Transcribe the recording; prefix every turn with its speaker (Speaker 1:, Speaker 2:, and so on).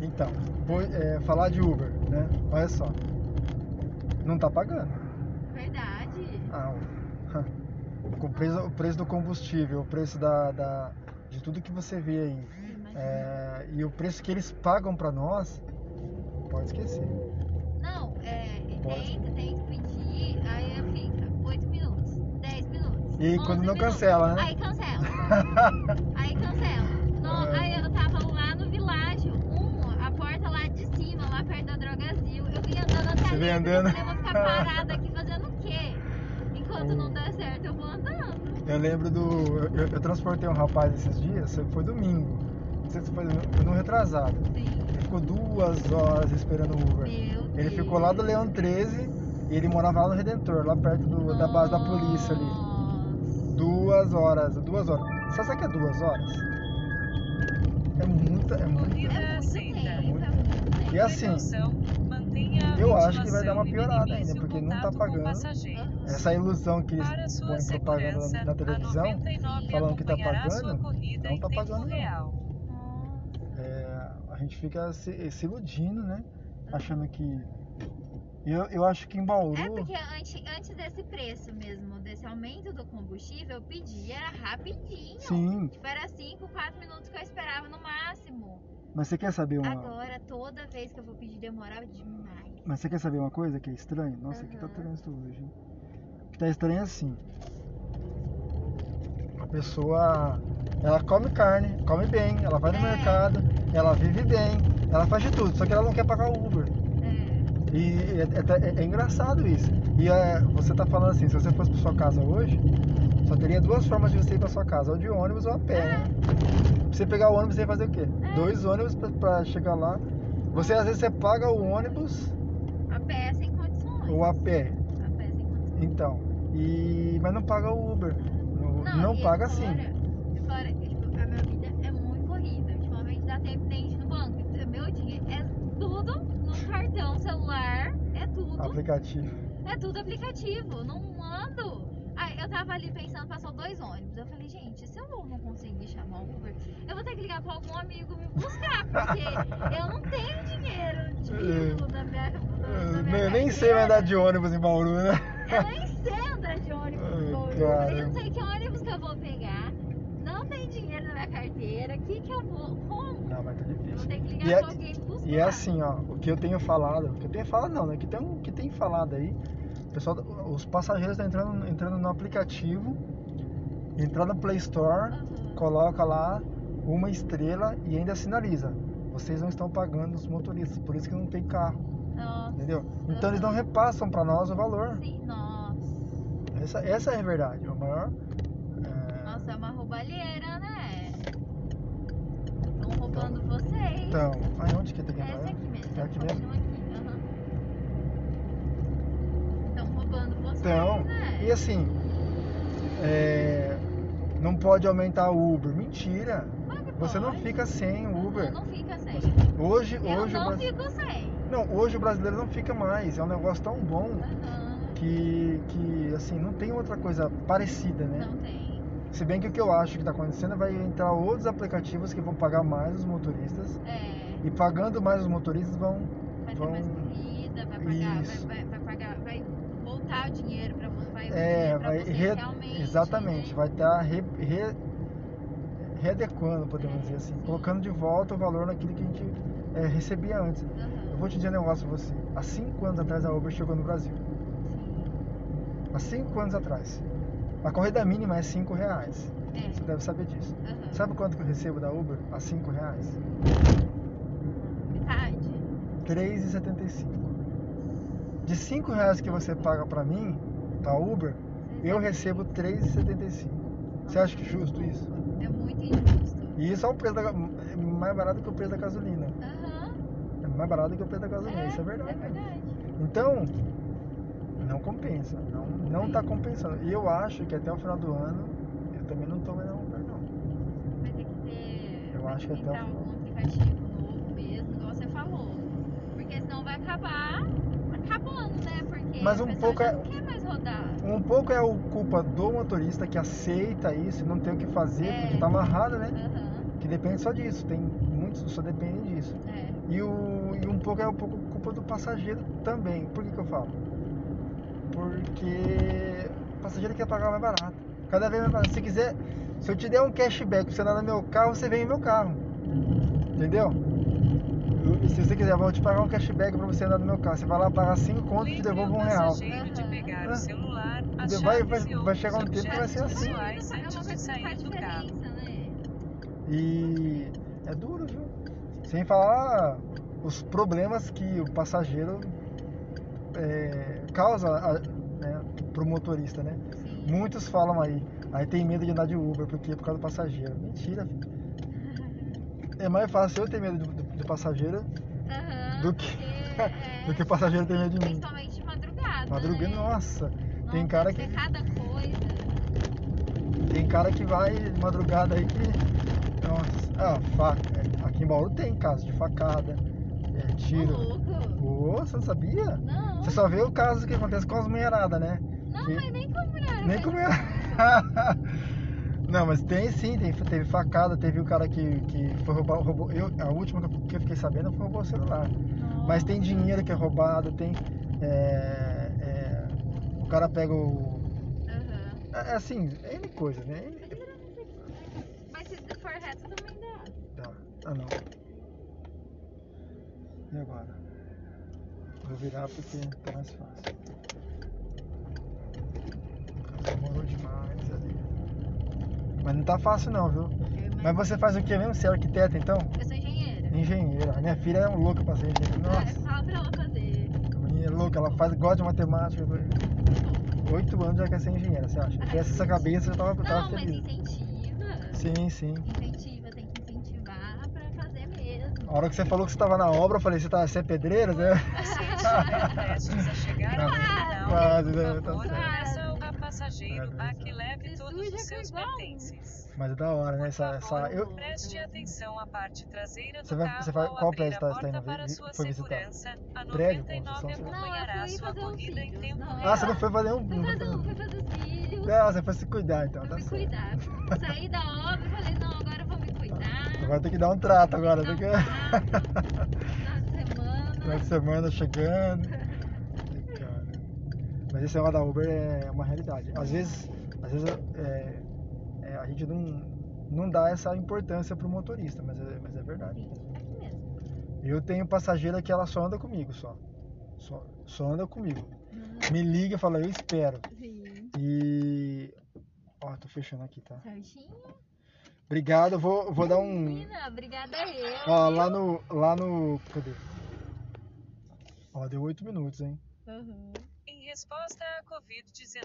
Speaker 1: Então, vou, é, falar de Uber, né? Olha só. Não tá pagando.
Speaker 2: Verdade.
Speaker 1: Ah, o, o preço, o preço do combustível, o preço da, da- de tudo que você vê aí.
Speaker 2: Imagina.
Speaker 1: é, e o preço que eles pagam pra nós, pode esquecer.
Speaker 2: Não, é, e
Speaker 1: Pode.
Speaker 2: tenta, tem que pedir, aí é fica 8 minutos, 10 minutos.
Speaker 1: E
Speaker 2: 11
Speaker 1: quando não
Speaker 2: minutos.
Speaker 1: cancela, né?
Speaker 2: Aí cancela. Aí cancela. No-
Speaker 1: É.
Speaker 2: aí eu tava lá no világio, um, a porta lá de cima, lá perto da Drogazil. Eu vim andando até
Speaker 1: Você
Speaker 2: ali,
Speaker 1: vem
Speaker 2: porque
Speaker 1: andando?
Speaker 2: Eu falei, eu vou ficar parada aqui fazendo o quê? Enquanto não der certo, eu vou andando.
Speaker 1: Eu lembro do. Eu, eu- eu transportei um rapaz esses dias, foi domingo. Não sei se foi, foi no retrasado.
Speaker 2: Sim.
Speaker 1: Ele ficou duas horas esperando o Uber.
Speaker 2: Meu
Speaker 1: Ele
Speaker 2: Deus.
Speaker 1: ficou lá do Leão 13 e ele morava lá no Redentor, lá perto do- da base da polícia ali.
Speaker 2: ali.
Speaker 1: Duas horas, duas horas. Você sabe que é duas horas? É muita, é muita.
Speaker 2: É
Speaker 3: Corrida
Speaker 2: muito
Speaker 3: aceita.
Speaker 2: tempo, é muito tempo.
Speaker 1: E assim,
Speaker 3: Precaução, mantenha a
Speaker 1: eu acho que vai
Speaker 3: ventilação
Speaker 1: dar uma
Speaker 3: e
Speaker 1: piorada
Speaker 3: minimize
Speaker 1: ainda,
Speaker 3: o
Speaker 1: porque não tá
Speaker 3: contato com o
Speaker 1: pagando.
Speaker 3: passageiro.
Speaker 1: Essa ilusão que eles
Speaker 3: Para sua
Speaker 1: põem propaganda
Speaker 3: segurança,
Speaker 1: na, na televisão,
Speaker 3: a 99
Speaker 1: falando que tá
Speaker 3: acompanhará
Speaker 1: pagando,
Speaker 3: sua corrida
Speaker 1: não
Speaker 3: em
Speaker 1: tá
Speaker 3: tempo
Speaker 1: pagando, não.
Speaker 3: real.
Speaker 1: é, a gente fica se, se iludindo, né? Achando que. Eu, eu acho que em Bauru.
Speaker 2: Hum. É porque antes, antes desse preço mesmo, desse aumento do combustível, eu pedi, era rapidinho.
Speaker 1: Sim,
Speaker 2: Tipo, era 5, 4 minutos que eu esperava no máximo.
Speaker 1: mas você quer saber uma.
Speaker 2: Agora, toda vez que eu vou pedir, demora demais.
Speaker 1: Mas você quer saber uma coisa que é estranha? Nossa, aqui tá
Speaker 2: Aham.
Speaker 1: trânsito hoje. hein? O que tá estranho é assim. A pessoa, ela come carne, come bem, ela vai no
Speaker 2: É.
Speaker 1: mercado, ela vive bem, ela faz de tudo, só que ela não quer pagar o Uber.
Speaker 2: É,
Speaker 1: E é, é até- é- é engraçado isso. E é, você tá falando assim, se você fosse pra sua casa hoje, só teria duas formas de você ir pra sua casa, ou de ônibus ou a pé, né? Pra você pegar o ônibus, você vai fazer o quê?
Speaker 2: É.
Speaker 1: Dois ônibus pra, pra chegar lá. Você às vezes você paga o ônibus
Speaker 2: a pé sem condições.
Speaker 1: ou a pé.
Speaker 2: A pé sem condições.
Speaker 1: Então, e mas não paga o Uber. Não, não
Speaker 2: e
Speaker 1: paga
Speaker 2: fora-
Speaker 1: sim.
Speaker 2: Fora, tipo, a minha vida é muito corrida. Ultimamente dá tempo nem ir no banco. Meu dinheiro é tudo no cartão celular. É tudo.
Speaker 1: Tá Aplicativo.
Speaker 2: É tudo aplicativo, não ando. Aí eu tava ali pensando, passou dois ônibus. Eu falei, gente, se eu não não conseguir chamar o Uber, eu vou ter que ligar pra algum amigo me buscar, porque eu não tenho dinheiro de bico da minha. da- da minha
Speaker 1: Eu É. nem sei mais
Speaker 2: carteira.
Speaker 1: andar de ônibus em Bauru, né?
Speaker 2: Eu nem sei andar de ônibus.
Speaker 1: Ai,
Speaker 2: Paulo.
Speaker 1: cara.
Speaker 2: Eu não sei que ônibus que eu vou pegar. Não tem dinheiro na minha carteira. O que, que eu vou. Como?
Speaker 1: Não, mas tá
Speaker 2: Eu vou
Speaker 1: difícil.
Speaker 2: ter que ligar
Speaker 1: E é-
Speaker 2: pra alguém me buscar.
Speaker 1: E é assim, ó, o que eu tenho falado, o que eu tenho falado não, né? O que tem, o que tem falado aí, o pessoal, os passageiros estão entrando, entrando no aplicativo, entrando no Play Store,
Speaker 2: Aham.
Speaker 1: coloca lá uma estrela e ainda sinaliza. Vocês não estão pagando os motoristas, por isso que não tem carro,
Speaker 2: Nossa.
Speaker 1: entendeu? Então eles não repassam para nós o valor.
Speaker 2: Sim, nossa.
Speaker 1: Essa, essa é a verdade, o maior. é,
Speaker 2: Nossa, é uma roubalheira, né? Estão roubando vocês.
Speaker 1: Então, aí onde que tem que
Speaker 2: Essa
Speaker 1: andar?
Speaker 2: aqui mesmo.
Speaker 1: É aqui mesmo?
Speaker 2: Continua aqui, aham. Estão roubando vocês,
Speaker 1: Então,
Speaker 2: né?
Speaker 1: e assim, é, não pode aumentar o Uber. Mentira!
Speaker 2: Claro é que
Speaker 1: Você não
Speaker 2: pode.
Speaker 1: fica sem o Uber.
Speaker 2: Não fica sem.
Speaker 1: Hoje,
Speaker 2: Eu
Speaker 1: hoje, o
Speaker 2: não
Speaker 1: brasi-
Speaker 2: fico sem.
Speaker 1: não, hoje o brasileiro não fica mais. É um negócio tão bom
Speaker 2: Aham.
Speaker 1: que, que assim, não tem outra coisa parecida, né?
Speaker 2: Não tem.
Speaker 1: Se bem que o que eu acho que está acontecendo é vai entrar outros aplicativos que vão pagar mais os motoristas.
Speaker 2: É,
Speaker 1: E pagando mais os motoristas vão
Speaker 2: vai ter
Speaker 1: Vão-
Speaker 2: mais comida, vai pagar, vai,
Speaker 1: Então, Isso.
Speaker 2: vai, vai pagar, vai voltar o dinheiro pra você, vai, o
Speaker 1: É,
Speaker 2: dinheiro pra
Speaker 1: vai
Speaker 2: você
Speaker 1: re-
Speaker 2: realmente.
Speaker 1: exatamente,
Speaker 2: né?
Speaker 1: vai estar re, re- readequando, podemos
Speaker 2: É,
Speaker 1: dizer assim,
Speaker 2: sim.
Speaker 1: colocando de volta o valor naquilo que a gente é, recebia antes. Eu
Speaker 2: Aham,
Speaker 1: vou te dizer um negócio pra você. Há cinco anos atrás a Uber chegou no Brasil. Há cinco anos atrás. A corrida mínima é cinco reais. Você deve saber disso.
Speaker 2: É, aham.
Speaker 1: Sabe quanto que eu recebo da Uber? A cinco reais?
Speaker 2: Metade?
Speaker 1: R$ 3,75. De cinco reais que você paga pra mim, pra Uber,
Speaker 2: Uhum.
Speaker 1: eu recebo R$ 3,75. Você acha que é justo isso?
Speaker 2: É muito injusto.
Speaker 1: E isso é o preço da, é mais barato que o preço da gasolina.
Speaker 2: Aham.
Speaker 1: É mais barato que o preço da gasolina, isso é verdade.
Speaker 2: É verdade.
Speaker 1: Então, não compensa. Não, não tá compensando. E eu acho que até o final do ano eu também não tô mais na Uber, não.
Speaker 2: Vai ter é que ter.
Speaker 1: Eu
Speaker 2: vai
Speaker 1: acho
Speaker 2: ter
Speaker 1: que até o-
Speaker 2: entrar algum aplicativo novo mesmo, igual você falou. Porque senão vai acabar acabando, né? Porque
Speaker 1: Mas
Speaker 2: o
Speaker 1: um
Speaker 2: pessoal
Speaker 1: pouco
Speaker 2: já
Speaker 1: é-
Speaker 2: não quer mais rodar.
Speaker 1: Um pouco é o culpa do motorista que aceita isso, não tem o que fazer,
Speaker 2: É.
Speaker 1: porque tá amarrado, né?
Speaker 2: Aham.
Speaker 1: Que depende só disso. Tem muito muito, só depende disso.
Speaker 2: É.
Speaker 1: E, o, e um pouco é um pouco culpa do passageiro também. Por que, que eu falo? Porque o passageiro quer pagar mais barato. Cada vez mais barato. Se quiser, se eu te der um cashback pra você andar no meu carro, você vem no meu carro. Entendeu? Eu- se você quiser, eu vou te pagar um cashback pra você andar no meu carro. Você vai lá pagar 5 conto e te
Speaker 3: Livre
Speaker 1: devolvo
Speaker 3: ao
Speaker 1: um real.
Speaker 3: passageiro de
Speaker 2: Aham.
Speaker 3: pegar
Speaker 1: Ah.
Speaker 3: o celular, as
Speaker 1: Vai- vai-
Speaker 3: chaves e
Speaker 1: vai
Speaker 3: outros
Speaker 1: chegar um tempo que vai ser
Speaker 3: objetos
Speaker 1: assim.
Speaker 3: pessoais
Speaker 2: É uma
Speaker 3: antes de
Speaker 2: coisa que
Speaker 3: sair
Speaker 2: faz
Speaker 3: do carro.
Speaker 2: diferença, né?
Speaker 1: E é duro, viu? Sem falar os problemas que o passageiro é, causa a, né, pro motorista, né?
Speaker 2: Sim.
Speaker 1: Muitos falam aí, aí tem medo de andar de Uber porque é por causa do passageiro. Mentira, filho. É mais fácil eu ter medo do, do- do passageiro
Speaker 2: Aham,
Speaker 1: do que-
Speaker 2: Ah, porque, é,
Speaker 1: do que o passageiro ter medo de mim.
Speaker 2: Principalmente de madrugada.
Speaker 1: Madrugando,
Speaker 2: né?
Speaker 1: nossa,
Speaker 2: Nossa,
Speaker 1: tem cara
Speaker 2: deve
Speaker 1: que-
Speaker 2: ser cada coisa.
Speaker 1: tem cara que vai de madrugada aí que. Nossa, ah, faca. Aqui em Bauru tem caso de facada, é,
Speaker 2: Ô,
Speaker 1: tiro.
Speaker 2: louco.
Speaker 1: Ô, você não sabia?
Speaker 2: Não.
Speaker 1: Você só vê o caso que acontece com as mulheradas, né?
Speaker 2: Não,
Speaker 1: que-
Speaker 2: mas nem né? com mulher.
Speaker 1: Nem comeu. Não, mas tem sim, tem- teve facada, teve o cara que, que foi roubar, roubou, eu, a última que eu- que eu fiquei sabendo foi roubar o celular. Mas tem dinheiro que é roubado, tem. é, é, o cara pega o.
Speaker 2: Aham.
Speaker 1: É é assim, é N coisas, né? N-
Speaker 2: Mas se for reto também dá.
Speaker 1: Tá. Ah não. E agora? Vou virar porque tá mais fácil. Demorou demais ali. Mas não tá fácil não, viu? Mas você faz o que mesmo? Você é arquiteta então?
Speaker 2: Eu sou engenheira.
Speaker 1: Engenheira. A minha filha é um louca pra ser engenheira. Nossa,
Speaker 2: Fala pra ela fazer.
Speaker 1: a menina é louca, ela faz, gosta de matemática. Oito anos já quer ser engenheira, você acha? Tivesse essa cabeça, eu tava,
Speaker 2: Não,
Speaker 1: tava
Speaker 2: mas
Speaker 1: feliz.
Speaker 2: incentiva.
Speaker 1: Sim, sim.
Speaker 2: Incentiva, tem que incentivar pra fazer mesmo.
Speaker 1: A hora que você falou que você tava na obra, eu falei, você, tá, você é pedreiro, né?
Speaker 3: Paciente, né? Prestes a chegar ao final.
Speaker 1: Quase, né?
Speaker 3: Por
Speaker 1: Tá
Speaker 3: favor,
Speaker 1: certo. Tá,
Speaker 3: peça ao passageiro a que leve
Speaker 2: Isso
Speaker 3: todos
Speaker 2: já
Speaker 3: os
Speaker 2: foi
Speaker 3: seus
Speaker 2: igual.
Speaker 3: pertences.
Speaker 1: Mas é da hora, né?
Speaker 3: Por
Speaker 1: Essa, essa,
Speaker 3: favor,
Speaker 1: eu,
Speaker 3: preste atenção à parte traseira do
Speaker 1: Você vai-
Speaker 3: carro
Speaker 1: você vai-
Speaker 3: ao
Speaker 1: qual
Speaker 3: abrir
Speaker 1: prédio tá-
Speaker 3: a
Speaker 1: você tá
Speaker 3: porta
Speaker 1: indo vi-
Speaker 3: para
Speaker 1: vi-
Speaker 3: sua
Speaker 1: foi visitar?
Speaker 3: segurança. A
Speaker 1: Prédio,
Speaker 3: 99
Speaker 1: construção civil?
Speaker 2: Não,
Speaker 3: acompanhará
Speaker 2: eu fui
Speaker 3: sua
Speaker 2: fazer um
Speaker 3: corrida em
Speaker 2: vídeo,
Speaker 3: tempo
Speaker 2: não.
Speaker 3: real.
Speaker 1: Ah, você não foi fazer um.
Speaker 2: Fui
Speaker 1: Não foi
Speaker 2: fazer,
Speaker 1: fazer um.
Speaker 2: fui fazer os cílios.
Speaker 1: Ah, você foi se cuidar então,
Speaker 2: Pra
Speaker 1: tá
Speaker 2: me
Speaker 1: certo.
Speaker 2: cuidar. Saí da obra e falei, não, agora eu vou me cuidar.
Speaker 1: Agora tem que dar um trato agora,
Speaker 2: Dá
Speaker 1: tem
Speaker 2: um
Speaker 1: que.
Speaker 2: trato. Final de
Speaker 1: Final
Speaker 2: semana.
Speaker 1: de semana chegando. Ai, cara. Mas esse negócio da Uber é uma realidade. Às vezes, às vezes é, é, a gente não, não dá essa importância pro motorista, mas é, mas é verdade.
Speaker 2: Aqui mesmo.
Speaker 1: Eu tenho passageira que ela só anda comigo, só. Só, só anda comigo. Me liga e fala, eu espero.
Speaker 2: Sim.
Speaker 1: E. Ó, tô fechando aqui, tá?
Speaker 2: Certinho.
Speaker 1: Obrigado, eu vou, vou dar um.
Speaker 2: Menina, obrigada a eu.
Speaker 1: Ó, lá no. Lá no. Cadê? Ó, deu oito minutos, hein?
Speaker 2: Uhum.
Speaker 3: Em resposta à Covid-19,